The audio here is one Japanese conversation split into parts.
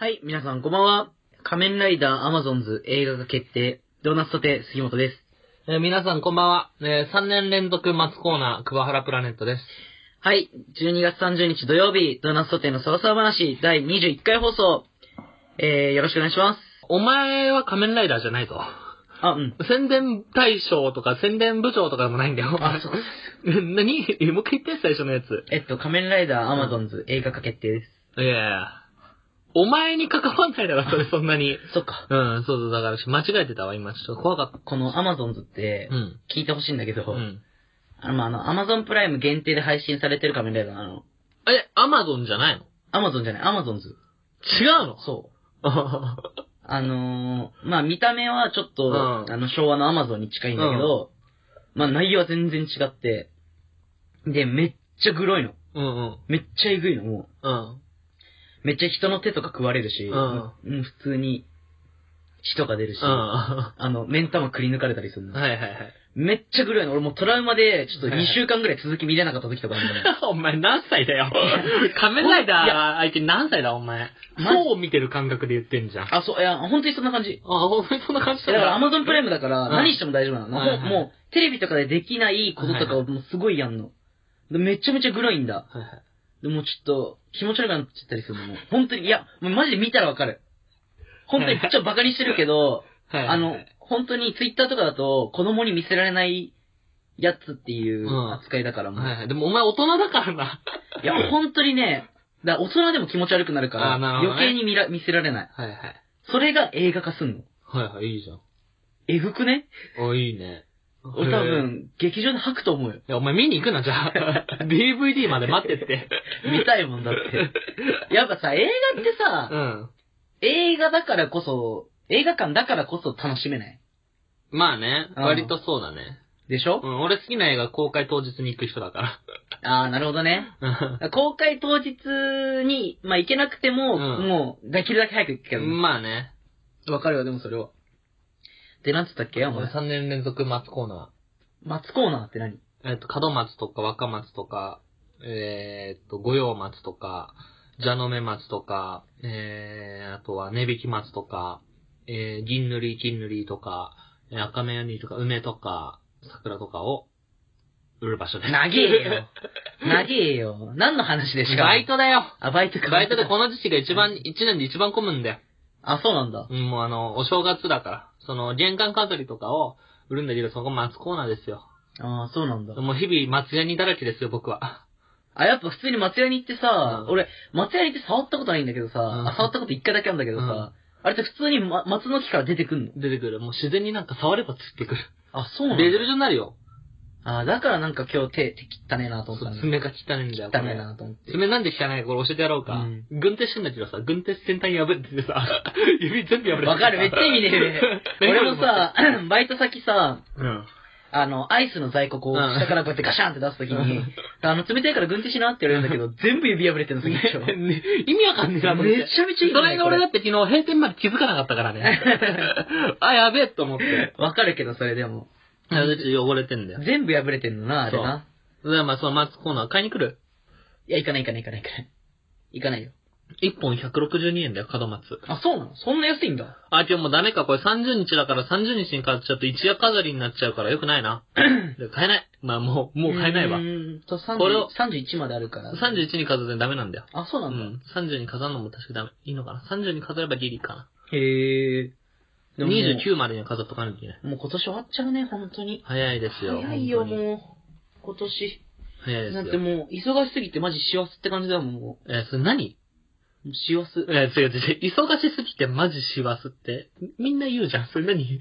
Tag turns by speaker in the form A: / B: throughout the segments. A: はい、皆さんこんばんは。仮面ライダーアマゾンズ映画が決定。ドーナツとて杉本です。
B: えー皆さんこんばんは。えー3年連続松コーナー、桑原プラネットです。
A: はい、12月30日土曜日、ドーナツとてのサワサワ話第21回放送。えー、よろしくお願いします。
B: お前は仮面ライダーじゃないぞ。
A: あ、うん。
B: 宣伝大将とか宣伝部長とかでもないんだよ。
A: あそう
B: 何えもう一回言って最初のやつ。
A: えっと、仮面ライダーアマゾンズ映画化決定です。
B: いやいやお前に関わんないだろ、それそんなに。
A: そっか。
B: うん、そうそう、だから間違えてたわ、今。ちょっと怖かっ
A: このアマゾンズって
B: た。う、ん。
A: 聞いてほしいんだけど、
B: うん。
A: あの、まああの、アマゾンプライム限定で配信されてる仮面ライダーなの。
B: え、アマゾンじゃないの
A: アマゾンじゃない、アマゾンズ。
B: 違うの
A: そう。
B: う
A: あのー、まあ、見た目はちょっと、
B: うん
A: あの、昭和のアマゾンに近いんだけど、まあ、内容は全然違って、で、めっちゃグロいの。
B: んうん。
A: めっちゃえぐいの、も
B: うん。
A: う。めっちゃ人の手とか食われるし、
B: うん
A: もうもう普通に血とか出るし、
B: うん。は
A: あの、目ん玉くり抜かれたりする
B: い
A: の。
B: はいはい。
A: めっちゃグロいの。俺もうトラウマで、ちょっと
B: は
A: 2
B: いはい
A: 週間ぐらい続き見れなかった時とかあるのよ
B: お前何歳だよ。 仮面ライ
A: い
B: ダー相手に何歳だお前。
A: マジ
B: そう見てる感覚で言ってんじゃん。あ、
A: あ、そう、いや、本当にそんな感じ。
B: ほんとにそんな感じ
A: だから、アマゾンプライ
B: ム。
A: ムだから、
B: うん
A: 何しても大丈夫なの。
B: はいはい
A: もう、もうテレビとかでできないこととかをもうすごいやんの。でめちゃめちゃグロいんだ。
B: はいはい
A: でもうちょっと、気持ち悪くなっちゃったりするのもう。本当に、いや、もうマジで見たらわかる。本当に、ちょっとバカにしてるけど、
B: はいはい
A: あの、本当にツイッターとかだと、子供に見せられないやつっていう
B: うん
A: 扱いだからもう。
B: はいはい。でもお前大人だからな。
A: いや、本当にね、だから大人でも気持ち悪くなるから、
B: あなるほどね
A: 余計に見ら見せられない。
B: はいはい。
A: それが映画化すんの。
B: はいはい、いいじゃん。
A: えぐくね
B: お、いいね。
A: 俺多分、劇場で吐くと思うよ。
B: いや、お前見に行くな、じゃ あ。DVD まで待ってって。
A: 見たいもんだって。やっぱさ、映画って
B: う
A: さ、
B: ん。
A: 映画だからこそ、映画館だからこそ楽しめない。
B: まあね、
A: うん
B: 割とそうだね。
A: でしょ
B: うん、俺好きな映画公開当日に行く人だか
A: ああ、なるほどね。
B: ら。
A: 公開当日に、まあ、行けなくても、
B: うん
A: もう、できるだけ早く行くけど。
B: まあね。
A: わかるよ、でもそれは。で、なんつったっけお
B: 俺
A: 前。
B: 3年連続松コーナー。
A: 松コーナーって何
B: えっと、門松とか若松とか、えーっと、御用松とか、蛇の目松とか、えー、あとは値引き松とか、えー、銀塗り、金塗りとか、えー赤目やにとか、梅とか、桜とかを売る場所です。
A: 長えよ。長えよ。何の話でしかも
B: バイトだよ
A: あ、バイトか。
B: バイトでこの時期が一番、一年で一番混むんだよ。
A: あ、そうなんだ。
B: うん、もうあの、お正月だから。その、玄関飾りとかを売るんだけど、そこ松コーナーですよ。
A: ああ、そうなんだ。
B: もう日々松屋にだらけですよ、僕は。
A: あ、やっぱ普通に松屋に行ってさ、
B: うん
A: 俺、松屋に行って触ったことないんだけどさ、
B: うん
A: あ触ったこと一回だけあるんだけどさ、
B: うん
A: あれって普通に、ま、松の木から出てくんの
B: 出てくる。もう自然になんか触ればつってくる。
A: あ、そうなんだ
B: ベジル状になるよ。
A: あ、だからなんか今日手、手切ったねえなと思ったね。
B: 爪が汚いんだよ。
A: 汚ねえなと思っ
B: こ
A: て
B: れ。。爪なんで汚いかこれ教えてやろうか
A: うん。
B: 軍手してんだけどさ、軍手先端破っててさ、 指全部破れて
A: わかる、めっちゃ意味ねえ ね。俺も、さ、 バイト先さ、
B: うん。
A: あの、アイスの在庫こう、
B: うん
A: 下からこうやってガシャンって出すとき
B: う
A: に
B: ん、
A: あの、冷たいから軍手しなって言われるんだけど、全部指破れてるの、すぎ
B: ね
A: ち ゃう。
B: ね意味わかんねえなと思っ
A: め
B: て。
A: ちゃめちゃいい
B: それが俺だ
A: だ
B: って昨日閉店まで気づかなかったからね。 あ、やべえと思って。
A: わかるけど、それでも。
B: あうち汚れてんだよ。
A: 全部破れてんのな、あれな。
B: だからまあそのマツコーナー買いに来る。
A: いや、行かない行かない行かない行かない。行かないよ。
B: 1本162円だよ、角松。
A: あ、そうなのそんな安いんだ。
B: あ、今日もうダメか、これ30日だから30日に買っちゃうと一夜飾りになっちゃうからよくな いな。で買えない。まあもう、もう買えないわ
A: う。ーんと、
B: これを
A: 30 31まであるから。
B: 31に飾るのダメなんだよ。
A: あ、そうな
B: う
A: んだ。
B: ん。30に飾るのも確かダメ。いいのかな ?30 に飾ればギリか
A: へえ。で
B: な。
A: ももう
B: 29までには飾っとかないといけない。
A: もう今年終わっちゃうね、本当に。
B: 早いですよ。
A: 早いよ、
B: 本当に。
A: もう。今年。
B: 早いです
A: だ
B: よ。
A: ってもう、忙しすぎてマジ師走って感じだもん、も
B: えーそれ何
A: う。もう師走。
B: えー、違う違う違う。忙しすぎてマジ師走って。みんな言うじゃん。それ何
A: 言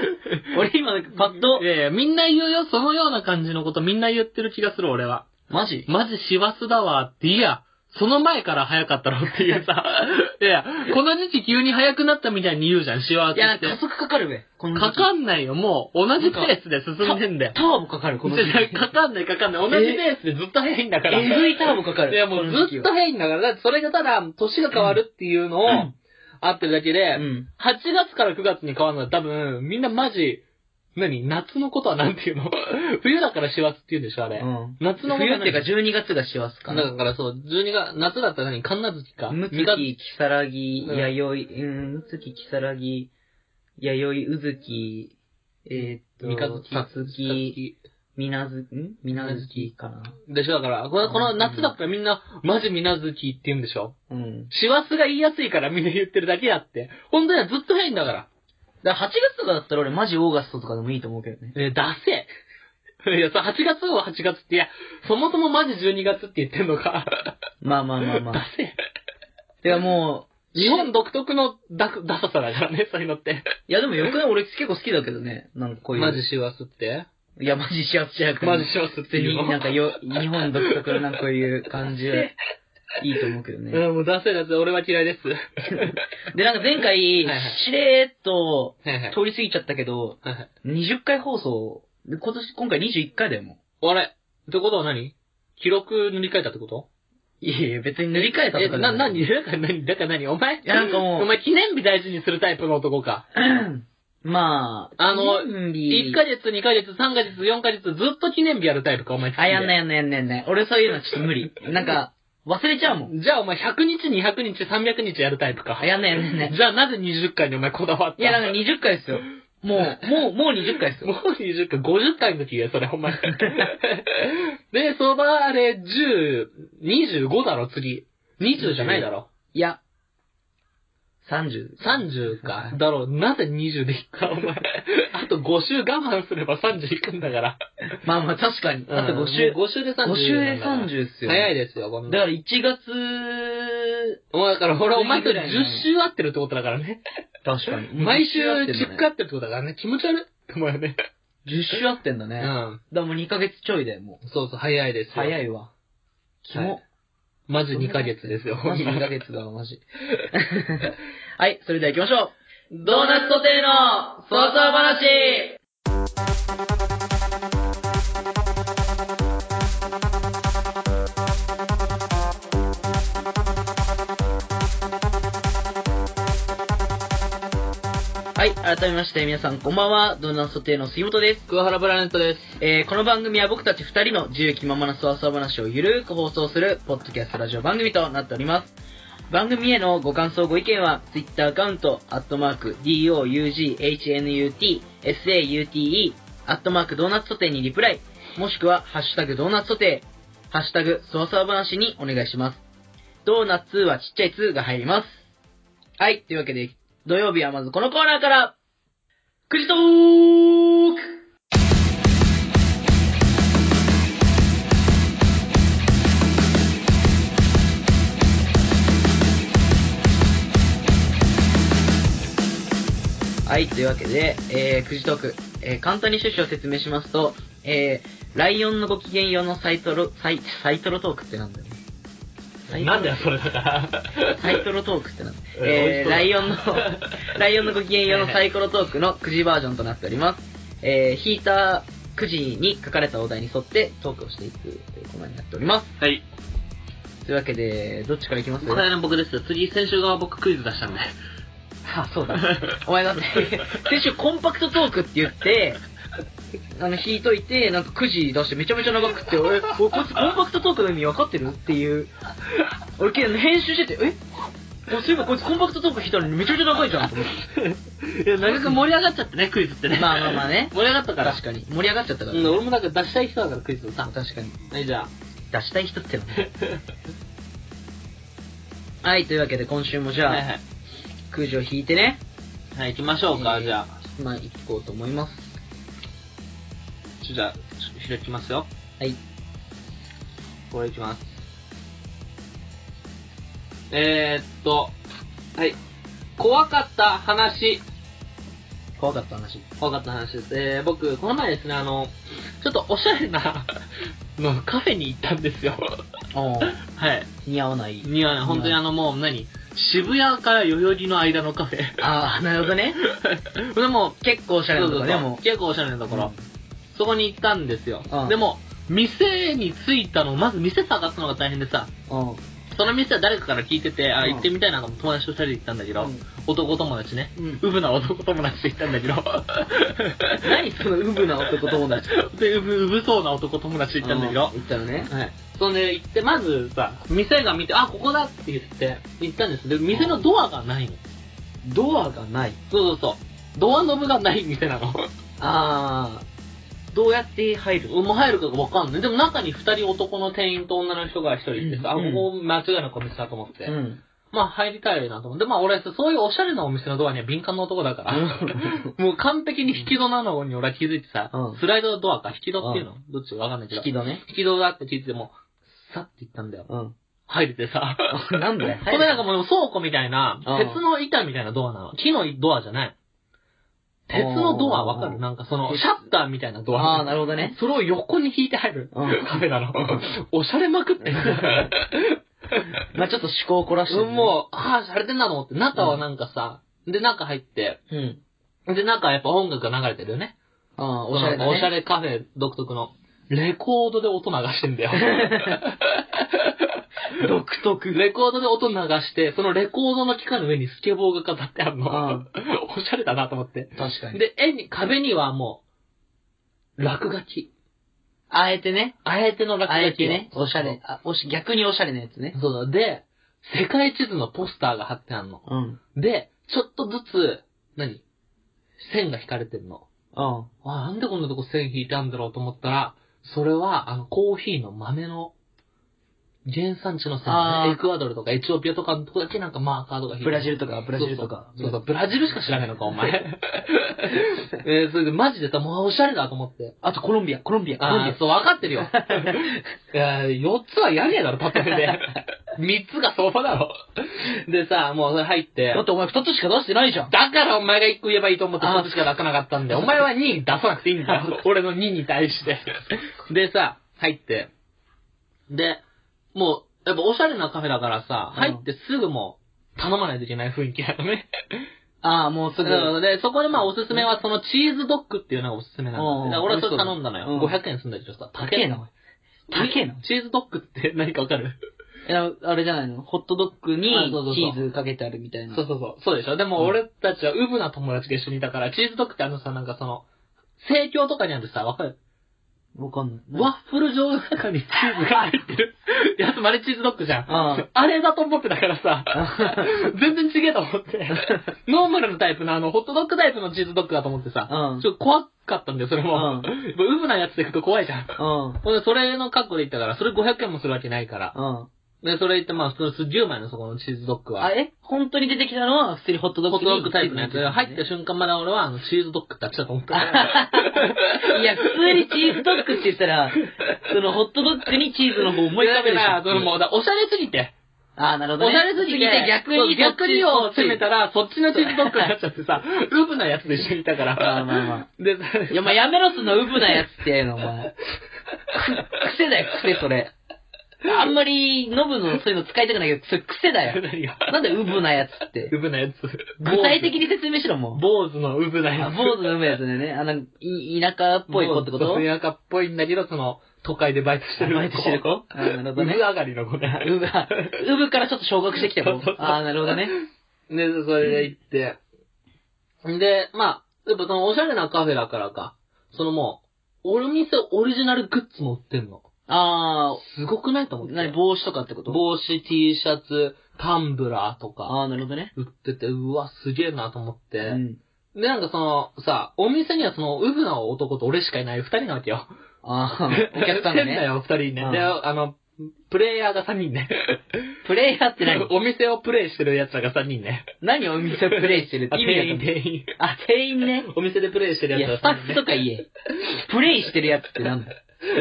A: う俺今、パッと
B: い。やいや、みんな言うよ。そのような感じのことみんな言ってる気がする、俺は。
A: マジ
B: マジ師走だわって、いや、その前から早かったろってい うさ。いや、この時期急に早くなったみたいに言うじゃん、師走っ
A: いや、
B: て。
A: 加速かかるべ。この
B: か
A: る
B: かんないよ、もう。同じペースで進んでんだよ。
A: ターボかかる、この時期。
B: かかん ない、かかんない。同じペースでずっと早いんだから。
A: えぐいターボかかる。
B: いや、も
A: こ
B: う
A: の時
B: ず
A: 期
B: っ
A: は
B: と早いんだから。だってそれがただ、年が変わるっていうのを
A: うん、
B: あってるだけで、
A: うん。
B: 8月から9月に変わるのは多分、みんなマジ、何夏のことはなんていうの 冬だから師走って言うんでしょあれ。
A: うん。
B: 夏のこと
A: 冬
B: は
A: っ
B: 何
A: ていうか12月が師走かな。
B: だからそう、12月、夏だったら何神奈月か。
A: むつ
B: 二月
A: き、きさらぎ、
B: うん
A: やよい、うん、むつき、きさらぎ、やよい、うずき、えーっと、
B: 三日月。
A: さつき、みなず、んみなずきかな。
B: でしょだから、このこの夏だったらみんな、マジみなずきって言うんでしょ
A: うん。
B: 師走が言いやすいからみんな言ってるだけやって。本当にはずっと早いんだから。
A: だから8月とかだったら俺マジオーガストとかでもいいと思うけどね。
B: え、ダセ え。いや、さ、8月は8月って、いや、そもそもマジ12月って言ってんのか。
A: まあまあまあま
B: ダ
A: あ。
B: セえ。
A: てかもう、
B: 日本独特のダクダサさだからね、そういうのって。
A: いやでもよくない俺結構好きだけどね。なんかこういう。
B: マジ師走って
A: いやマジ幸せやから。
B: マジ師走っ
A: 普
B: て
A: 通
B: いう
A: に
B: の。
A: なんかよ、日本独特のなんかこういう感じで、いいと思うけどね。
B: うん、もうダセえやつ、俺は嫌いです。
A: で、なんか前回
B: はいはい、
A: しれーっと
B: はいはい。
A: 通り過ぎちゃったけど、
B: はいはい。
A: 20回放送、で今年、今回21回だよ、も
B: あれってことは何記録塗り替えたってこと
A: う。いやいや、別に塗り替えたとか
B: え、
A: じゃ
B: な、なに
A: い
B: だから何だから何お前
A: や、なんかも
B: お前記念日大事にするタイプの男か。
A: う、まあ、
B: あの
A: 準
B: 1ヶ月、2ヶ月、3ヶ月、4ヶ月、ずっと記念日やるタイプか、お前。
A: あ、やんない
B: い。
A: やんないやんないやんない。俺そういうのちょっと無理。なんか、忘れちゃうもん。
B: じゃあお前100日、200日、300日やるタイプか
A: あ、。やんないやんないやんない。
B: じゃあなぜ20回にお前こだわった
A: いや、なんか20回ですよ。もう、もう、もう20回です
B: も
A: よ。
B: う20回、50回の時や、それ、お前。 で、そばあれ、10、25だろ、次。20じゃないだろ。
A: いや、30。
B: 30か。だろ、なぜ20でいくか、お 前。あと5週我慢すれば30いくんだから。
A: まあまあ、確かに。あと5週。
B: 5週で30。
A: 5週で30っすよ。
B: 早いですよ、こん
A: だから
B: な。
A: 1月、
B: お前だから、俺、お前と
A: 10
B: 10週合ってるってことだからね。
A: 確かに
B: 毎週
A: 10
B: 10回合ってるってことだからね。気持ち悪い。お前ね。
A: 10週あってんだ
B: う
A: ね。だか
B: ん。
A: らもう2ヶ月ちょいだよ、もう。
B: そうそう、早いですよ。
A: 早
B: い。
A: いわ。キモ。
B: マジ2ヶ月ですよ。
A: マジ2ヶ月だわ、マジ。 はい、それでは行きましょう。ド
B: ーナツ
A: ソテーの
B: ソワソワ話
A: はい、改めまして皆さんこんばんは、ドーナツソテーの杉本です。
B: 桑原プラネットです。
A: えーこの番組は僕たち二人の自由気ままなそわそわ話をゆるーく放送するポッドキャストラジオ番組となっております。番組へのご感想、ご意見は、Twitter アカウント、アットマーク、DOUGHNUT、SAUTE、アットマーク、ドーナツソテーにリプライ、もしくは、ハッシュタグ、ドーナツソテー、ハッシュタグ、そわそわ話にお願いします。ドーナツはちっちゃい2が入ります。はい、というわけで、土曜日はまずこのコーナーから、くじトークはい、というわけで、えー、くじトーク、えー、簡単に趣旨を説明しますと、えー、ライオンのご機嫌用のサイトロ、サイ、サイトロトークってなんだよね。サイトロ
B: なんだよ、それだから。
A: サイトロトークってなんだ。
B: え
A: えー、
B: ー
A: ラ
B: 美味し
A: イ
B: そ
A: オ
B: う
A: ンの
B: だ、
A: ライオンのご機嫌用のサイコロトークのくじバージョンとなっております。えー、引いたくじに書かれたお題に沿ってトークをしていくというコーナーになっておりま
B: はい。
A: す。というわけで、どっちからいきます
B: 答えの僕です。次、先週側僕クイズ出したんで。
A: あ、そうだ。お前だって、 先週コンパクトトークって言って、あの、引いといて、なんかくじ出してめちゃめちゃ長くって、俺、おこいつコンパクトトークの意味分かってるっていう。俺、けど編集してて、えそういえばこいつコンパクトトーク引いたのにめちゃめちゃ長いじゃんと思って。
B: いや、なんか盛り上がっちゃってね、クイズってね。
A: まあまあまあね
B: 盛り上がったから。
A: 確かに。盛り上がっちゃったか
B: う
A: ら
B: ん、
A: ね、
B: 俺もなんか出したい人だから、クイズをさ。
A: 確かに。
B: はい、じゃ あ。
A: 出したい人ってのはね。はい、というわけで今週もじゃあ、
B: はいはい。
A: くじを引いてね、
B: はい、行きましょうか、
A: えー
B: じゃあ。
A: まあ、行こうと思います。
B: ちょじゃあ、ちょ開きますよ。
A: はい。
B: これいきます。えー、っと、はい。怖かった話。
A: 怖かった話。
B: 怖かった話です。えー、僕、この前ですね、あの、ちょっとおしゃれ なのカフェに行ったんですよ。
A: おー
B: はい。
A: 似合わない。
B: いや、本当にあの、もう何渋谷から代々木の間のカフェ。
A: ああ、なるほどね。
B: でも、
A: 結構おしゃれなとこね、もう。
B: 結構おしゃれなところ。そこに行ったんですよ。
A: うん
B: でも、店に着いたの、まず店探すのが大変でさ、
A: うん。うん。
B: その店は誰かから聞いてて、あ、
A: うん
B: 行ってみたいなと思って友達と二人で行ったんだけど、
A: うん
B: 男友達ね。
A: うん
B: うぶな男友達と行ったんだ けど、
A: 何そのウブな男友達。
B: で、うぶ、うぶそうな男友達と行ったんだけど
A: う、行ったのね。
B: はい。そんで行って、まずさ、店が見て、あ、ここだって言って、行ったんです。で、店のドアがないの。
A: ドアがない。
B: そうそうそう。ドアノブがない店なの。
A: あー、どうやって入る
B: もう入るかわかんない。でも中に二人男の店員と女の人が一人いてさ、あ、
A: う
B: こ
A: ん
B: こ間違いなくお店だと思って。
A: ん。
B: まあ入りたいなと思って。まあ俺さ、そういうおしゃれなお店のドアには敏感な男だから、 もう完璧に引き戸なのに俺は気づいてさ、
A: うん
B: スライドドアか、引き戸っていうの、どっちかわかんないけど。
A: 引き戸ね。
B: 引き戸だって聞いてても、さって行ったんだよ。
A: うん。
B: 入れてさ。
A: なんだよ。
B: これなんかもう倉庫みたいな、
A: うん
B: 鉄の板みたいなドアなの。木のドアじゃない。鉄のドアわか
A: う
B: る
A: ん
B: なんかその、シャッターみたいなドア。
A: あー、なるほどね。
B: それを横に引いて入る。
A: うん
B: カフェなの。おしゃれまくって。
A: まあちょっと思考を凝らしてるね、
B: もう、ああ、しゃれてんなと思って。中はなんかさ、で、中入って、
A: う。うん。
B: で、中はやっぱ音楽が流れてるよね。
A: ああ、おしゃれだ、ね。
B: おしゃれカフェ独特の。レコードで音流してんだよ。
A: 独特。
B: レコードで音流して、そのレコードの機械の上にスケボーが飾ってあるの。
A: あ
B: おしゃれだなと思って。
A: 確かに。
B: で、絵に、壁にはもう、落書き。
A: あえてね。
B: あえての落書き
A: あ
B: よ。
A: えてね。おしゃれ。あおし逆におしゃれなやつね。
B: そうだ。で、世界地図のポスターが貼ってあるの。
A: うん。
B: で、ちょっとずつ、何線が引かれてんの。
A: あ
B: あ、なんでこんなとこ線引いてあるんだろうと思ったら、それは、あの、コーヒーの豆の、原産地の
A: あ
B: さ、
A: ー
B: エクアドルとかエチオピアとかのとこだけなんかマーカーとか引いて
A: ブラジルとかブラジルとか
B: そうそうそうそう、ブラジルしか知らないのか、お前。 えーそれでマジでさ、もうおしゃれだと思って。
A: あ。あとコロンビア、コロンビア、コロン
B: あ
A: ビ
B: あ、そう、わかって るよ。いや、4つはやりやだろ、パッと見 て。3つが相場だろ。でさ、もうそれ入って
A: ア。だ。ってお前二つしか出してないじゃん。
B: だからお前が1個言えばいいと思って
A: あ
B: 1つしか出さなかったんで、お前は2出さなくていいんだよ。俺の2に対して。でさ、入って。で、もう、やっぱおしゃれなカフェだからさ、
A: うん
B: 入ってすぐもう、頼まないといけない雰囲気だよね。
A: ああ、もうすぐ。
B: うんで、そこでまあおすすめはそのチーズドッグっていうのがおすすめなんだ
A: うん
B: よ。だから俺はそれ頼んだの
A: うん
B: よ。500円すんだけどさ、
A: 高えな、おい。高えな。
B: チーズドッグって何かわかる
A: いやあれじゃないのホットドッグに
B: あそうそうそう
A: チーズかけてあるみたいな。
B: そうそうそう。そうでしょでも俺たちはウブな友達が一緒にいたから、チーズドッグってあのさ、なんかその、生協とかにあるさ、わかる
A: わかんない。
B: ワッフル状の中にチーズが入ってる。やつ、まれチーズドッグじゃん。
A: あ
B: あれだと思ってたから さ、全然違えと思 って。ノーマルのタイプのあの、ホットドッグタイプのチーズドッグだと思ってさ、
A: うん
B: ちょっと怖かったんだよ、それも。
A: うん
B: やっぱウブなやつで行くと怖いじゃん。
A: うん。
B: ほんで、それの格好で行ったから、それ500円もするわけないから。
A: うん。
B: で、それ行って、まあ、普通の10枚のそこのチーズドッグは
A: あ、。え本当に出てきたのは普通にホットドッ
B: ホッ
A: グ
B: ト
A: に
B: ドッグタイプのやつが入った
A: し。
B: 瞬間まだ俺はあのチーズドッグってあっちだと 思った。
A: いや、普通にチーズドッグって言ったら、そのホットドッグにチーズの方思い浮かべるでし
B: だからその
A: ょ。
B: もうだおしゃれすぎて。
A: あー、なるほ
B: おし
A: どね。
B: ゃれすぎて、
A: 逆に、
B: 逆にを攻め
A: た。
B: たら、そっちのチーズドッグになっちゃって さ、ウブなやつで一緒にいたから。
A: あーまあま
B: で、
A: い や、まあ、やめろ、そのウブなやつっていうの、お前。く癖だよ、癖、それ。あんまり、ノブのそういうの使いたくないけど、それ癖だよ。
B: 何が
A: なんでウブなやつって。
B: ウブなやつ。
A: 具体的に説明しろ、もう。
B: 坊主のウブな
A: あ
B: やつ。
A: 坊主のウブなやつだよね。あの、い田舎っぽい子ってこと
B: 田舎っぽいんだけど、その、都会でバイトしてる
A: バイトしてる子あーなるほ
B: ウブ
A: どね。
B: 上がりの子 ね。
A: ウブ、あウブからちょっと昇格してきた
B: そ
A: も
B: うそうそう
A: ああ、なるほどね。
B: で、それで行って。で、まあ、やっぱそのおしゃれなカフェだからか、そのもう、お店オリジナルグッズも売ってんの。
A: あ
B: すごくないと
A: あ
B: 思っ、て。
A: 何、帽子とかってこと
B: 帽子、T シャツ、タンブラーとか、
A: ああ、なるほどね。
B: 売ってて、うわ、すげえなと思って。
A: うん。
B: で、なんかその、さ、お店にはその、ウブな男と俺しかいない二人な わけよ。
A: ああ、お客さん
B: だ
A: が
B: ね。だ
A: ね。
B: よ、二人ね。
A: うん
B: で、あの、プレイヤーが三人ね。
A: プレイヤーって 何
B: お店をプレイしてる奴らが三人ね。
A: 何お店をプレイしてるって
B: あ
A: 意
B: 店員、
A: 味が
B: 店員。
A: あ、店員ね。
B: お店でプレイして
A: い
B: る
A: や、
B: 奴ら
A: スタ
B: 三
A: ッフ
B: 人ね
A: と。か言え。プレイしてるやつってなんだよ。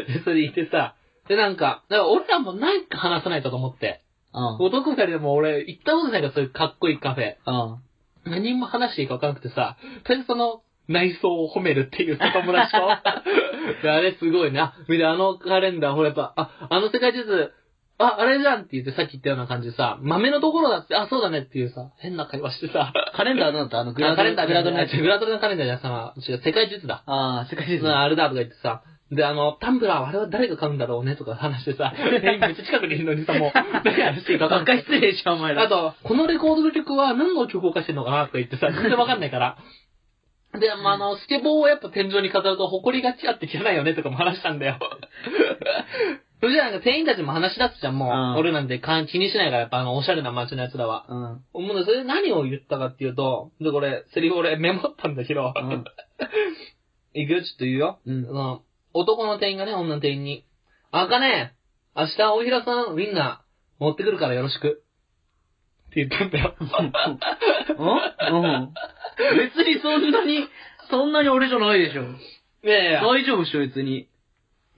B: で、それいてさ、で、なんか、だから俺らもなんか話さないとと思って。
A: あ
B: 男二人でも俺、行ったことないから、そういうかっこいいカフェ。
A: あ。
B: 何も話していいか分からなくてさ、とりあえずその、内装を褒めるっていう友達と。 であれすごいな。見て、あのカレンダー、ほらやっぱ、あ、あの世界地図、あ、あれじゃんって言ってさっき言ったような感じでさ、豆のところだって、あ、そうだねっていうさ、変な会話して さ、
A: カレンダーなんだあの、グラ
B: あカレンダー
A: グラドルのやつ
B: じゃないグラドルのカレンダーじゃん、さ、違う、世界地図だ。
A: ああ、世界中
B: うんあれだとか言ってさ、で、あの、タンブラーはあれは誰が買うんだろうねとか話して さ、えめっちゃ近くにいるのにさ、もう、誰がしていいかわか
A: バ
B: ん
A: カ
B: ない。
A: 失礼でしょ、お前ら。
B: あと、このレコードの曲は何の曲を貸してんのかなとか言っ てさ、全然わかんないから。で、まあ、あの、スケボーをやっぱ天井に飾ると埃がちあって汚いよねとかも話した んだよ。それじゃなんか店員たちも話し出すじゃん、もう。
A: うん
B: 俺なんてか気にしないから、やっぱあの、おしゃれな街のやつらは。
A: うん。
B: もうね、それで何を言ったかっていうと、で、これ、セリフ俺メモったんだけど、
A: うん。
B: いくよ、ちょっと言うよ。
A: うん
B: そ。の、男の店員がね、女の店員に、あかね、明日大平さんウィンナー持ってくるからよろしく。って言ったんだよ。
A: うん別にそんなに、そんなに俺じゃないでしょ。
B: いやいや、
A: 大丈夫っしょ、別に。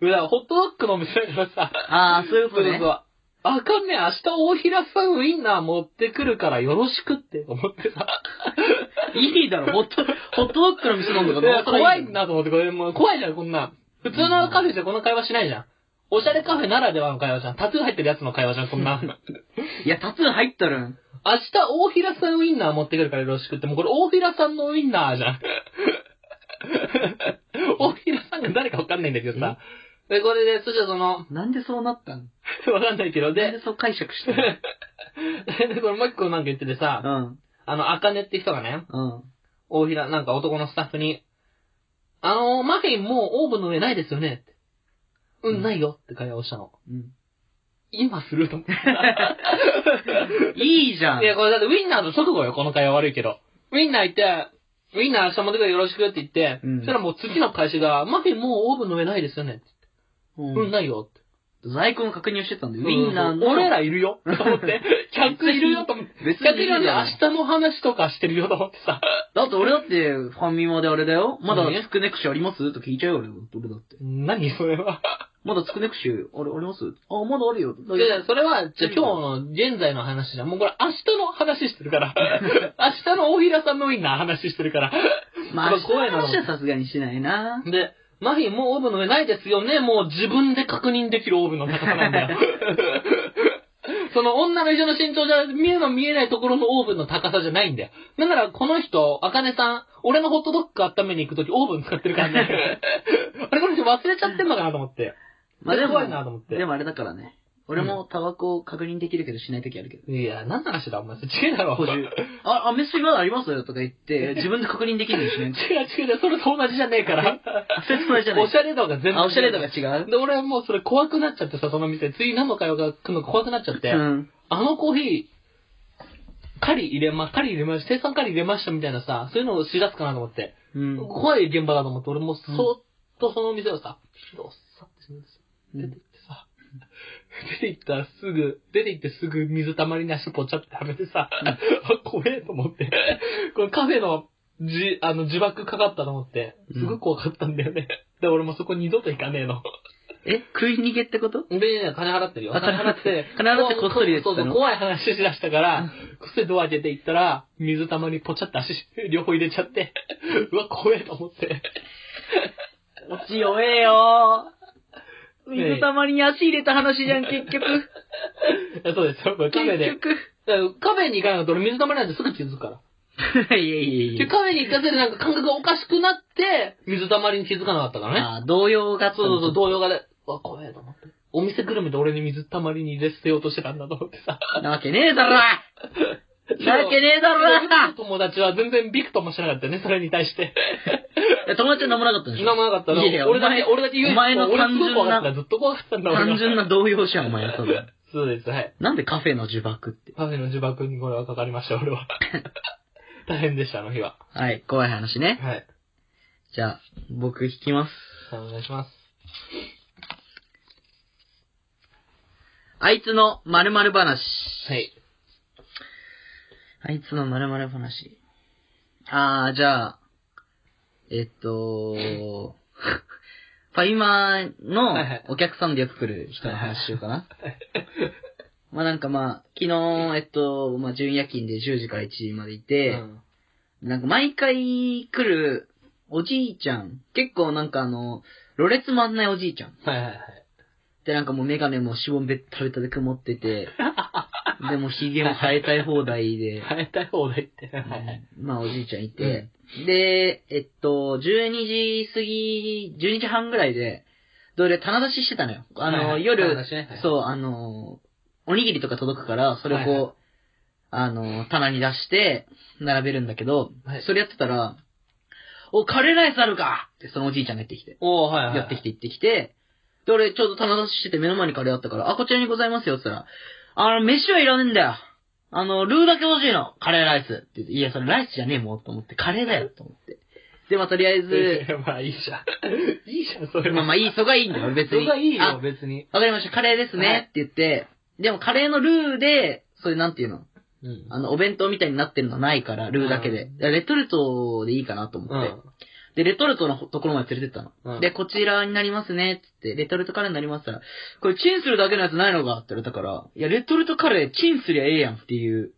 B: だからホットドッグの店だからさ、
A: ああ、そういうこ
B: そう
A: と
B: そう
A: ね
B: そ。う。あかね、明日大平さんウィンナー持ってくるからよろしくって思ってさ。
A: いいだろ、ホット、ホットドッグの店なんだか
B: いや
A: ら、
B: 怖い
A: ん
B: なと思って、これもう怖いじゃん、こんな。普通のカフェじゃこんな会話しないじゃん。おしゃれカフェならではの会話じゃん。タトゥー入ってるやつの会話じゃん、こん な。
A: いや、タトゥー入ったら、
B: 明日、大平さんウインナー持ってくるからよろしくって、もうこれ大平さんのウインナーじゃん。大平さんが誰かわかんないんだけどさ。で、これで、そしたらその、
A: なんでそうなったん
B: わかんないけど、
A: なん
B: で、
A: でそう解釈した
B: で、これもう一個なんか言っててさ、
A: の
B: あの、あかねって人がね、
A: うん。うん。
B: 大平、なんか男のスタッフに、あのー、マフィンもうオーブンの上ないですよねって。う
A: うん
B: ん、ないよって会話をしたの。
A: うん。
B: 今すると思って。
A: いいじゃん。
B: いや、これだってウィンナーの直後よ、この会話悪いけど。ウィンナー行って、ウィンナー明日持ってくるよろしくって言って、
A: うん
B: そしたらもう次の会社が、マフィンもうオーブンの上ないですよね。
A: う
B: うん、
A: ん。
B: ないよって。
A: 在庫の確認をしてたんだよ。ウィンナーの。
B: 俺らいるよと思って。 客いるよと思って。
A: 別
B: 客
A: に
B: い
A: い
B: るの
A: る
B: に
A: じゃん
B: 明日の話とかしてるよと思ってさ。
A: だって俺だって、ファミマであれだよ。まだ
B: 何
A: つくね串ありますと聞いちゃうよ、俺俺だって。
B: 何それは。
A: まだつくね串、あれ、ありますあ、まだあるよ。
B: いやいやそれは、じゃあ今日の現在の話じゃん。もうこれ明日の話してるから。 明日の大平さんのウィンナー話してるから。
A: まあ、
B: やっぱ怖いな
A: 明日の話はさすがにしないな。
B: で、マフィンもうオーブンの上ないですよね。もう自分で確認できるオーブンの高さな んだよ。その女の人の身長じゃ見えの見えないところのオーブンの高さじゃないんだよ。だからこの人、あかねさん、俺のホットドッグ温めに行くときオーブン使ってるから ね。あれこの人忘れちゃってんのかなと思って。
A: まあでも
B: 怖いなと思って。
A: でもあれだからね。俺もタバコを確認できるけどしないときあるけど。
B: いや、何の話だお前。それ違うだろ。
A: 補充
B: 違う違う。
A: あ、あ、飯まだありますよとか言 って、自分で確認できるようにしないと。
B: 違う。それと同じじゃねえから。
A: あ、それそれじゃな
B: お
A: い。
B: しゃれ度が全然違う。
A: あ、おしゃれ度が違う
B: で、俺はもうそれ怖くなっちゃってさ、その店。次何の会話が来るのか怖くなっちゃって。
A: うん。
B: あのコーヒー、カリ入れま、カリ入れました、生産カリ入れましたみたいなさ、そういうのを知らすかなと思って。
A: うん。
B: 怖い現場だと思って、俺もそ
A: うん
B: ーっとその店をさ、広っさってするんですよ。
A: うん
B: 出て行ってさ、 出て行ったらすぐ、出て行ってすぐ水たまりなしぽちゃってはめてさ、あ、怖えと思って、このカフェの、じ、あの、自爆かかったと思って、すごい怖かったんだよね。で、俺もそこ二度と行かねえの。
A: え、食い逃げってこと
B: で、金払ってるよ。
A: あ金払って金払ってこっそりです
B: そうそう、怖い話しだしたから、こっそりドア開けて行ったら、水たまにポチャって足、両方入れちゃって、うわ、怖えと思って。
A: 落ち弱えよ
B: ねえ
A: 水たまりに足入れた話じゃん、結 局。
B: そうです、これカフェで
A: 結。局。
B: だからカフェに行かないと俺水たまりなんてすぐ気づくか ら。
A: いやいや
B: で
A: いや。
B: カフェに行かせるなんか感覚がおかしくなって、水たまりに気づかなかったからね。
A: あ、動揺が
B: そうそうそう、
A: う。
B: 動揺がで、うわ、怖えと思って。お店ぐるみで俺に水たまりに入れ捨てようとしてたんだと思ってさ。
A: なわけねえだろ なわけねえだろ
B: 友達は全然ビクともしなかったよね、それに対して。
A: いや友達は何もなかったんでしょ
B: 名前なかったの。
A: いやいや
B: 俺だ
A: お前
B: け、俺だけ唯一
A: お前の単純な
B: 俺すごい怖かったずっと怖かったんだ、俺が
A: 単純な動揺じゃん、お前は多分。
B: そうです、はい。
A: なんでカフェの呪縛って。
B: カフェの呪縛にこれはかかりました、俺は。 大変でした、あの日は。
A: はい、怖い話ね。
B: はい。
A: じゃあ、僕引きます。
B: さあお願いします。
A: あいつの〇〇話。
B: はい。
A: あいつの〇〇話。あー、じゃあ、えっと、ファイマーの
B: はいはい
A: お客さんでよく来る人の話しようか な
B: はい。
A: まあなんかまあ、昨日、えっと、まあ純夜勤で10時から1時までいて、
B: うん
A: なんか毎回来るおじいちゃん、結構なんかあの、ろれつ回んないおじいちゃん。
B: はいはいはい。
A: でなんかもうメガネもしぼんべったべたで曇ってて、 でもうヒゲも生えたい放題で、
B: 変えたい放題って。はいはい。
A: まあおじいちゃんいて、で、えっと、12時過ぎ、12時半ぐらいで、それで棚出ししてたのよ。あ
B: はい
A: の、
B: はい
A: 夜、
B: 棚出しねはい
A: そう、あの、おにぎりとか届くから、それをこう、
B: はいは
A: あの、棚に出して、並べるんだけど、
B: はい
A: それやってたら、お、カレーライスあるかって、そのおじいちゃんが言ってきて。
B: おー、はいはい。
A: やってきて行ってきて、で、俺ちょうど棚出ししてて目の前にカレーあったから、あ、こちらにございますよって言ったら、あの、飯はいらねえんだよ。あの、ルーだけ欲しいの。カレーライス。って言って、いや、それライスじゃねえもんと思って、カレーだよと思って。で、まあ、とりあえず、
B: て。 まあいいじゃん。いいじゃん、それ
A: まあまあ、いい、そがいいんだよ、別に。
B: それがいい
A: あ
B: よ、、別に。
A: わかりました、カレーです
B: はい
A: ね。って言って、でもカレーのルーで、そういうなんていうの
B: うん
A: あの、お弁当みたいになってるのはないから、ルーだけで
B: う。ん
A: レトルトでいいかなと思って。で、レトルトのところまで連れてったの。
B: うん
A: で、こちらになりますね、つって、レトルトカレーになりますから、これチンするだけのやつないのかって言われたから、いや、レトルトカレーチンすりゃええやんっていう、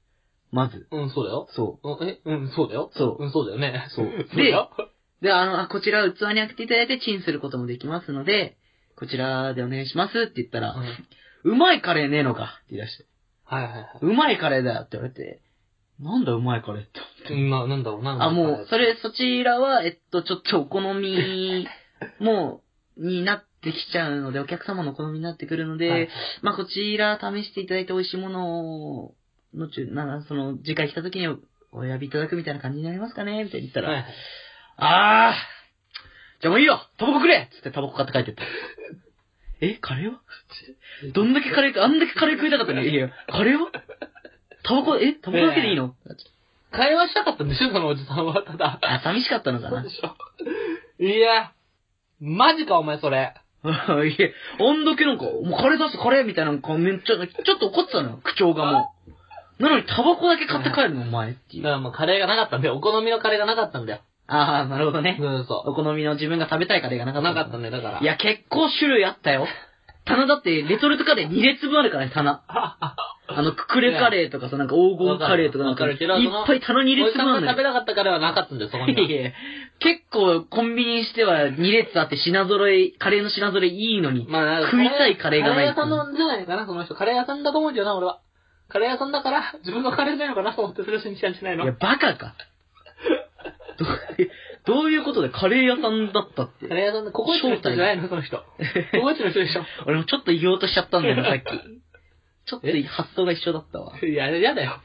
A: まず。
B: うん、そうだよ。
A: そ
B: うん、え、うん、そうだよ。
A: そう
B: うん、そうだよね。
A: そう
B: だよ。
A: う。で、あの、あこちら器に開けていただいてチンすることもできますので、こちらでお願いしますって言った
B: うん
A: ら、
B: はいう
A: まいカレーねえのかって言い出して、
B: はいは
A: うまいカレーだよって言われて、なんだうまいカレーって。
B: い。うんまあ、なんだろう、なんだ
A: あ、
B: ろ
A: もう、それ、そちらは、えっと、ちょっとお好 み、もう、になってきちゃうので、お客様のお好みになってくるので、
B: はい
A: まあ、こちら試していただいて美味しいものを、のちゅ、なんか、その、次回来た時におお選びいただくみたいな感じになりますかねみたいに言ったら、
B: はいはい
A: あー、じゃあもういいよタバコくれつってタバコ買って帰ってった。 え、カレーはどんだけカレーか、あんだけカレー食いたかったのに、いやいや、カレーは タバコ、え、タバコだけでいいの、
B: 会話したかったんでしょ、そのおじさんは、ただ。
A: あ、寂しかったのか
B: そう
A: な
B: でしょ。いや、マジか、お前、それ。
A: うん いえ、あんだけなんか、もうカレー出すカレーみたいなのかめっちゃ、ちょっと怒ってたのよ、口調がもう。なのにタバコだけ買って帰るの、お前ってい
B: だ
A: う。
B: からもうカレーがなかったんだよ。お好みのカレーがなかったんだよ。
A: ああ、なるほどね
B: そ。うそ
A: お好みの自分が食べたいカレーがなか
B: う。
A: った。
B: なかったんだよ、だから。
A: いや、結構種類あったよ。棚だって、レトルトカレー2列分あるからね、 棚。あの、くくれカレーとかさ、なんか黄金カレーとかなんか、
B: わか
A: いっ
B: るけど
A: ぱい棚2
B: お
A: 列
B: じさ
A: 分あ
B: ん
A: るの
B: が食べ
A: よ。
B: なかったカレーはなかったんだよ、そこ
A: い
B: に
A: や
B: は。
A: いや結構コンビニにしては2列あって品揃え、カレーの品揃えいいのに。
B: まあ、
A: 食いたいカレーがない
B: カレー屋さんなんじゃないかな、その人。カレー屋さんだと思うんだよな、俺は。カレー屋さんだから、自分のカレーじゃないのかなと思ってそれを信じたんじゃない
A: いや、
B: の
A: バカか。どうどういうことでカレー屋さんだったって
B: カ。レー屋さんだ、ココイチの人じゃないの、その人。ココイチの人でしょ。
A: 俺もちょっと言おうとしちゃったんだよ な、さっき。ちょっと
B: え
A: 発想が一緒だったわ。発
B: いや、嫌だよ。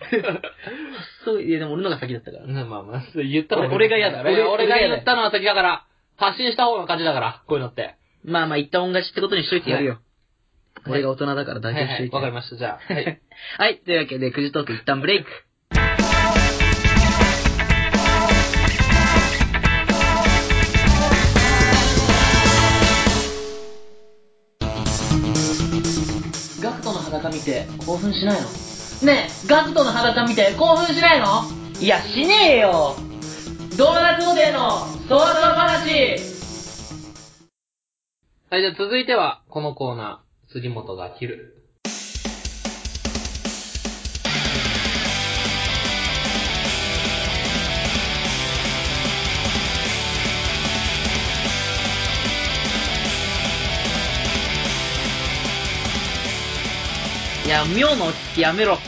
A: 想、いやでも俺のが先だったから。
B: まあまあ、言った
A: 俺俺が嫌だ
B: 俺
A: 俺
B: 俺が
A: 俺が嫌だ
B: 言ったのは先だから、発信した方が勝ちだから、こういうのって。
A: まあまあ、言った恩返しってことにしといてやるよ。
B: い
A: 俺が大人だから
B: は
A: 大
B: い
A: 丈夫し
B: は
A: とい
B: い、
A: て。
B: わかりました、じゃあ。はい。
A: はい、というわけで、くじトーク一旦ブレイク。
B: ガクトの裸見て興奮しないのねえガクトの裸見て興奮しないの
A: いや、しねえよ
B: ドーナツデーのドーナツ話はい、じゃあ続いては、このコーナー、杉本が切る。
A: いや、妙な落ち着きやめろ。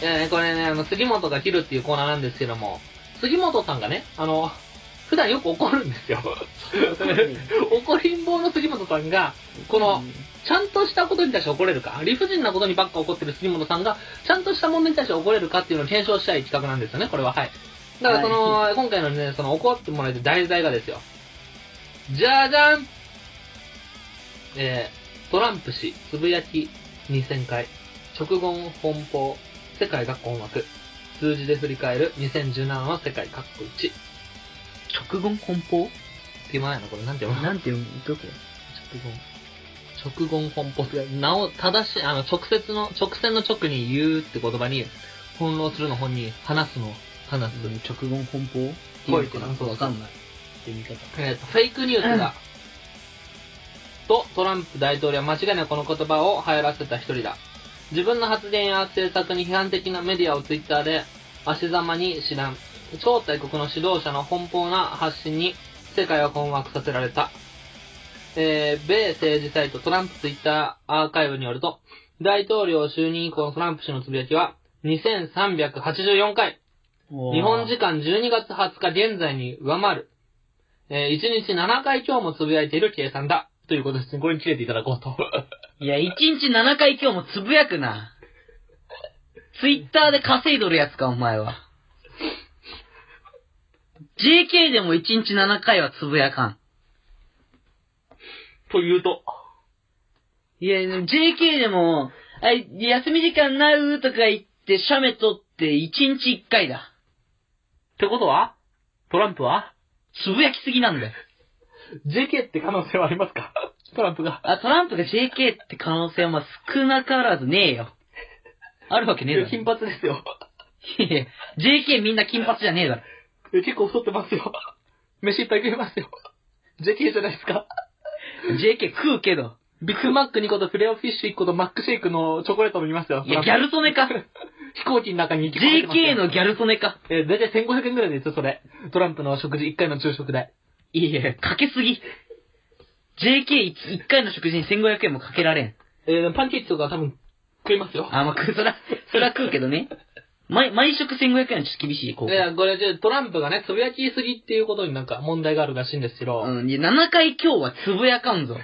B: いやね、これね、あの、杉本が切るっていうコーナーなんですけども、杉本さんがね、あの、普段よく怒るんですよ。 怒りん坊の杉本さんが、この、ちゃんとしたことに対して怒れるか、理不尽なことにばっか怒ってる杉本さんが、ちゃんとしたものに対して怒れるかっていうのを検証したい企画なんですよね、これは。はい。だからその、今回のね、その怒ってもらえる題材がですよ。じゃじゃんえー、トランプ氏、つぶやき2000回、直言奔放、世界が困惑、数字で振り返る2017の世界各国一。
A: 直言奔放
B: って言わないのこれなんて読むの
A: なんて読むどこ
B: 直言。直言奔放って、なお、正しい、あの、直接の、直線の直に言うって言葉に、翻弄するの本に、話すの、話す。
A: うん直言奔放
B: こういうことなん
A: ん
B: です
A: かわかんない。読み方。
B: えーと、フェイクニュースだ。と、トランプ大統領は間違いなくこの言葉を流行らせた一人だ。自分の発言や政策に批判的なメディアをツイッターで足ざまに知らん。超大国の指導者の奔放な発信に世界は困惑させられた。えー、米政治サイトトランプツイッターアーカイブによると、大統領就任以降のトランプ氏のつぶやきは2384回。日
A: 日
B: 本時間12月20日現在に上回る。えー1日7回今日もつぶやいている計算だ。ということですね。これに切れていただこう と。
A: いや、1日7回今日もつぶやく な。ツイッターで稼いどるやつか、お前は。JK でも1日7回はつぶやかん。
B: というと。
A: いや、でも JK でも、あい休み時間なうとか言って、写メ撮って1日1回だ。
B: ってことはトランプは
A: つぶやきすぎなんだよ。
B: ?JK って可能性はありますかトランプが。
A: あ、トランプが JK って可能性はまあ少なからずねえよ。あるわけねえだろ。
B: 金髪ですよ。
A: いやいや JK みんな金髪じゃねえだろ。
B: 結構太ってますよ。飯いっぱい食えますよ。JK じゃないですか。
A: JK 食うけど。
B: ビッグマック2個とフレオフィッシュ1個とマックシェイクのチョコレート飲みますよ。
A: いや、ギャル染め か。
B: 飛行機の中に
A: JK のギ
B: ャ
A: ャル染めか。
B: えー、だいたい1500円くらいですよ、それ。トランプの食事、1回の昼食代。
A: いやいや、かけすぎ。JK1 回の食事に1500円もかけられん。
B: えーパンケーキとか多分食いますよ。
A: あ、まあ、くそら、そら食うけどね。毎、毎食1500円はちょっと厳しい、こ。
B: いうや、これ、じゃあトランプがね、つぶやきすぎっていうことになんか問題があるらしいんですけど、
A: うん、いや、7回今日はつぶやかんぞ。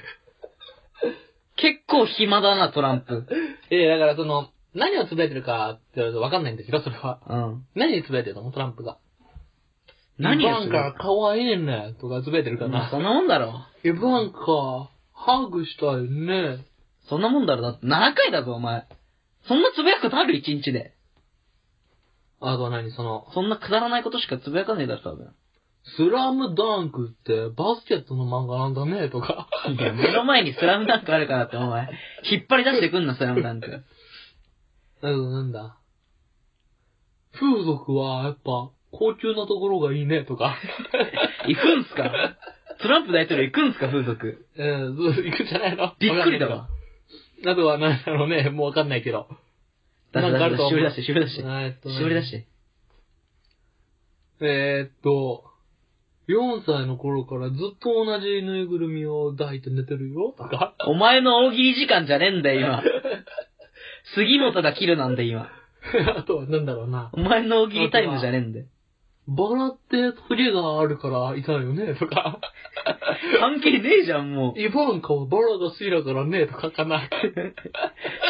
A: 結構暇だな、トランプ。
B: えーだからその、何をつぶやいてるかって言われるとわかんないんですけど、それは。
A: うん。
B: 何につぶやいてるのトランプが。
A: 何を
B: ブ
A: す
B: ラン
A: る
B: カ、可愛いね、とかつぶやいてるか
A: まあ
B: な。
A: そんなもんだろ。
B: え、ブランカ、ハグしたいね。
A: そんなもんだろ。だって7回だぞ、お前。そんなつぶやくことある ?1 日で。
B: あとは何その、
A: そんなくだらないことしかつぶやかねえだろ、多分。
B: スラムダンクってバスケットの漫画なんだね、とか。
A: いや、目の前にスラムダンクあるからって、お前。引っ張り出してくんな、スラムダンク。
B: うん、なんだ。風俗はやっぱ高級なところがいいね、とか。
A: 行くんすかトランプ大統領行くんすか、風俗。
B: うん、そう、行くんじゃない の
A: びっくりだわ。。
B: あとは何だろうね、もうわかんないけど。
A: 出
B: な
A: し
B: んかあ
A: 出
B: る
A: し
B: と
A: 絞り出して、絞り出して。
B: えーっとね
A: 絞り出して。
B: えーっと、4歳の頃からずっと同じぬいぐるみを抱いて寝てるよ、とか。
A: お前の大喜利時間じゃねえんだよ、今。杉本が切るなんだよ、今。
B: あとはなんだろうな。
A: お前の大喜利タイムじゃねえんだよ。
B: バラってトゲがあるから痛いよね、とか。
A: 関係ねえじゃん、もう。
B: イバンカはバラが好きだからね、とかかな。
A: ち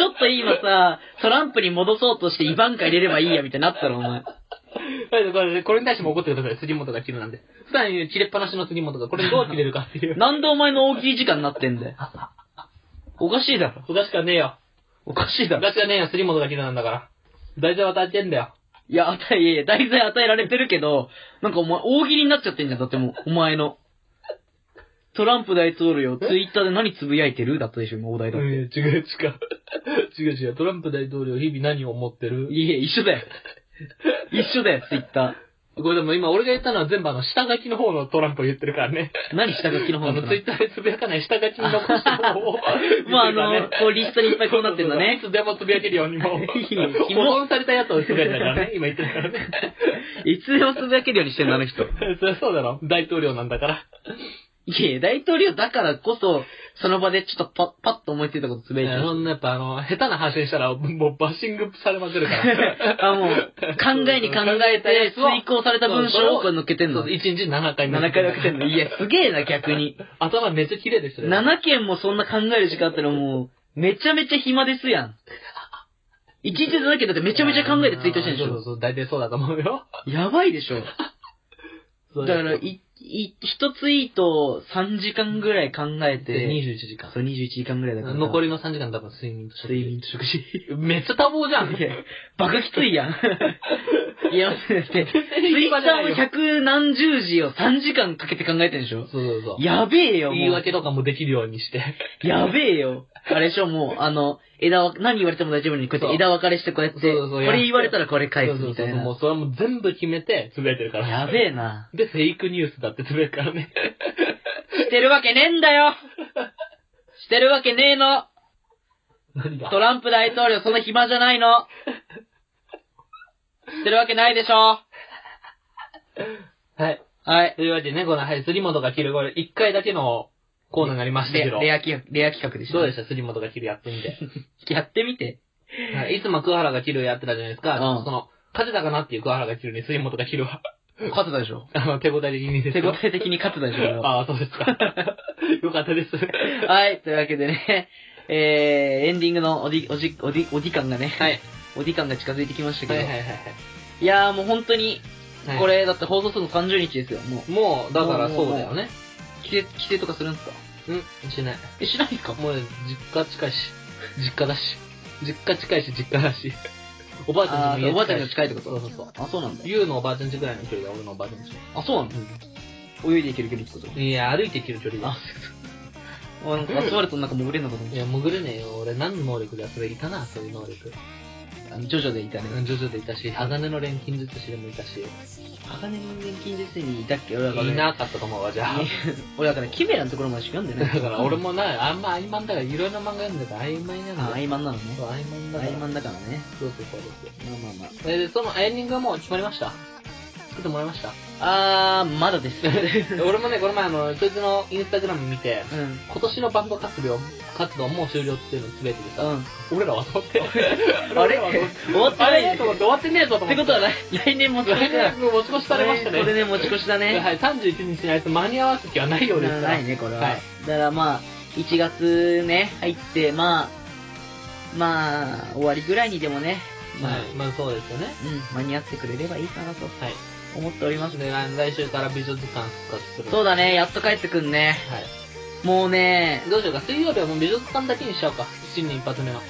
A: ょっと今さ、トランプに戻そうとしてイバンカ入れればいいや、みたいになったろ、お前。
B: はいこれ、これに対しても怒ってください。杉本が切るなんで。普段切れっぱなしの杉本がこれどう切れるかって いう。
A: なんでお前の大喜利時間になってんだよ。おかしいだろ。
B: おかしかねえよ。
A: おかしいだ
B: お
A: ろ。
B: かしかねえよ、杉本が切るなんだから。大体渡ってんだよ。
A: いや、与え、いやいや、題材与えられてるけど、なんかお前、大喜利になっちゃってんじゃん、だってもう、お前の。トランプ大統領、ツイッターで何つぶやいてるだったでしょ、今、お題
B: う
A: だ
B: ん、
A: って。
B: 違う違う。違う違う。トランプ大統領、日々何を思ってる
A: いや、一緒だ よ。一緒だよ、ツイッタ
B: これでも今俺が言ったのは全部あの、下書きの方のトランプを言ってるからね。
A: ー。何下書きの
B: あ
A: 方な
B: の、
A: の。
B: ツイッターでつぶやかない下書きに残した方 を
A: まあ、あの、こう、リストにいっぱいこうなってんだね。
B: いつでもつぶやけるようにも。
A: ひ
B: 保
A: も
B: 存されたやつをつぶやいてるからね。今言ってるからね。
A: いつでもつぶやけるようにしてんだ、あの 人。
B: そりゃそうだろ。大統領なんだから。
A: いや、大統領だからこそ、その場でちょっとパッ、パッと思いついたことつぶやいて
B: そ
A: る。
B: んなやっぱあの、下手な発信したら、もうバッシングされまくる から。
A: あ、もう、考えに考えて、遂行された文章をこれ乗っけてんの
B: そう。一日7回
A: 7回だけてんの。いや、すげえな、逆に。
B: 頭めっちゃ綺麗ですよ。
A: 7件もそんな考える時間あったらもう、めちゃめちゃ暇ですやん。一日だけだってめちゃめちゃ考えてツイートしてるでし
B: そうそう
A: ょ。
B: そう、大体そうだと思うよ。
A: やばいでしょ。だから、
B: っ
A: い、い、一ツイートを3時間ぐらい考え
B: て
A: て、
B: 21時間。
A: そう、21時間ぐらいだから。
B: 残
A: り。
B: りの3時間多分睡眠と食事
A: 睡眠と食事。
B: めっちゃ多忙じゃん。
A: いや、バカきついやん。いや、待って、 ツイッターの百何十字を3時間かけて考えてるでしょ
B: そうそうそう。
A: やべえよ、もう。
B: 言い訳とかもできるようにして。
A: やべえよ。あれでしょ、もう、あの、枝分、何言われても大丈夫に、こうやって枝分かれして、こうやって、
B: そうそうそう
A: これ言われたらこれ返
B: そう
A: す
B: そう
A: み
B: そ
A: た
B: う。
A: い
B: も
A: な。
B: うそれはもう全部決めて、つぶやいてるから。
A: やべえな。
B: で、フェイクニュースだってつぶやくからね。
A: してるわけねえんだよしてるわけねえの
B: 何が
A: トランプ大統領、その暇じゃないのしてるわけないでしょ
B: はい。
A: はい。
B: というわけでね、この、はい、杉本が切る、これ、一回だけのコーナーになりました
A: レ
B: けど。
A: レア企画、レア企画でしょ
B: どうでした杉本が切るやってみて。
A: やってみて。
B: はい。いつも桑原が切るやってたじゃないですか。
A: うん
B: その、勝てたかなっていう桑原が切るに杉本が切るは。
A: 勝てたでしょ。
B: あの、手応え的にです
A: 手
B: か
A: 応え的に勝てたでしょ俺は、
B: ああ、そうですか。 よかったです。は
A: はい、というわけでね、えー、エンディングのおじ、おじ、おじ、お時間がね、
B: い。
A: お時間が近づいてきましたけど、
B: はい
A: い
B: はいはいはい
A: やーもう本当に、
B: はい。
A: こ、れ、だって放送するの30日ですよ、も
B: もう、だからそうだよね。
A: う。帰省、帰省とかするんですか
B: うん、しない。
A: え、しないですか
B: もう、実家近いし、実家だし。実家近いし、実家だし。 おばあちゃんちも
A: あー
B: 家
A: おばあちゃんが近いってこと
B: そうそうそう。
A: あ、そうなんだ。
B: ゆうのおばあちゃんちぐらいの距離が俺のおばあちゃんち。
A: あ、そうなんだ。泳いでいけるけどってこと
B: いや、歩いて行ける距離だ
A: あ。あ、なんか集まるとなんか潜れんのかと思っ
B: い
A: て。
B: や、潜れねえよ。俺、何の能力で遊べいたな、そういう能力。
A: あのジョジョでいたね。
B: 徐々でいたし、鋼の錬金術師でもいたし。
A: 鋼の錬金術師にいたっけ俺だから、ね。
B: いなかったと思うわ、じゃあ。
A: 俺だから、キメラのところまでしか読んで
B: だ
A: ない。
B: から俺もな、あんま曖昧だから、いろんな漫画読んでたら曖昧なんだ
A: あ、
B: よ。
A: 曖昧なのね。
B: そう、曖昧だから。
A: 曖昧だからね。
B: そうそうそうです。
A: まあまあまあ。
B: えで、そのエンディングはもう決まりました作ってもらい ました
A: あー、まだです。 う
B: 俺もね、この前あの、そいつのインスタグラム見て、
A: ん。う
B: 今年のバンド活動、活動もう終了っていうの全てでさ、
A: ん。
B: 俺らは終わって。
A: あ れ終わってない
B: あれと思って終わってねえぞと思
A: っ
B: ってて。
A: ことは来、来年も
B: 来年持ち越しされましたね。
A: これで持ち越しだね。
B: はい、31日にあいつ間に合わす気はないようですから。
A: ないね、これは。
B: はい
A: だからまあ、1月ね、入って、まあ、まあ、終わりぐらいにでもね、まあ、
B: はい、まあそうですよね。
A: うん、間に合ってくれればいいかなと
B: はい。
A: 思っておりますね。
B: で、来来週から美女図鑑復活する。
A: そう
B: だ。
A: だね、やっと帰ってくんね。
B: はい。
A: もうね、
B: どうしようか、水曜日はもう美女図鑑だけにしちゃおうか。新年一発目の。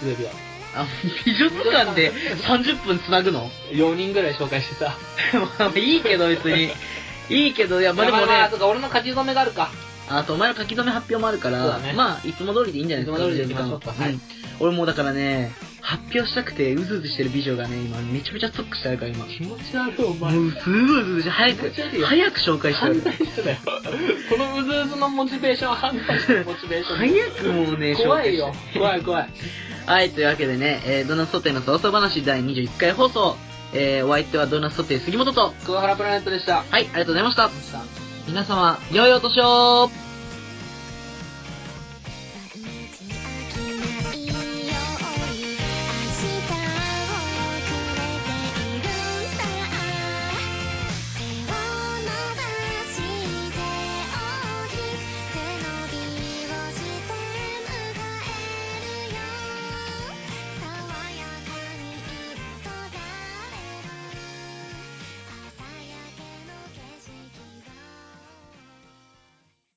B: 水曜日は。
A: あ美術館で30分繋ぐの
B: 4人ぐらい紹介してさ。
A: まあいいけど別に。いいけど、いや、まあでも
B: いやまあ
A: ね
B: そ、うか、俺の書き初めがあるか。
A: あとお前の書き初め発表もあるか
B: そう
A: ら、
B: だね
A: まあ、いつも通りでいいんじゃないですか。
B: いつも通りで行きましょうか
A: うん
B: はい
A: 俺もうだからね、発表したくてうずうずしてる美女がね、今めちゃめちゃストックしてあるから今。
B: 気持ち悪い、お前。
A: もうすごいうずうずして、早
B: 気
A: く
B: 持ち悪い、よ
A: 早く紹介して
B: 犯
A: る。
B: 罪者だよ。 このうずうずのモチベーションは犯罪者のモチベーション。
A: 早くもうね、
B: 怖いよ
A: 紹介し。て
B: 怖い怖い。
A: はい、というわけでね、えー、ドーナツソテーの早々話第21回放送、えー、お相手はドーナツソテー杉本と、
B: 桑原プラネットでし
A: は
B: た。
A: い、ありがとうございました。皆様、良いお年を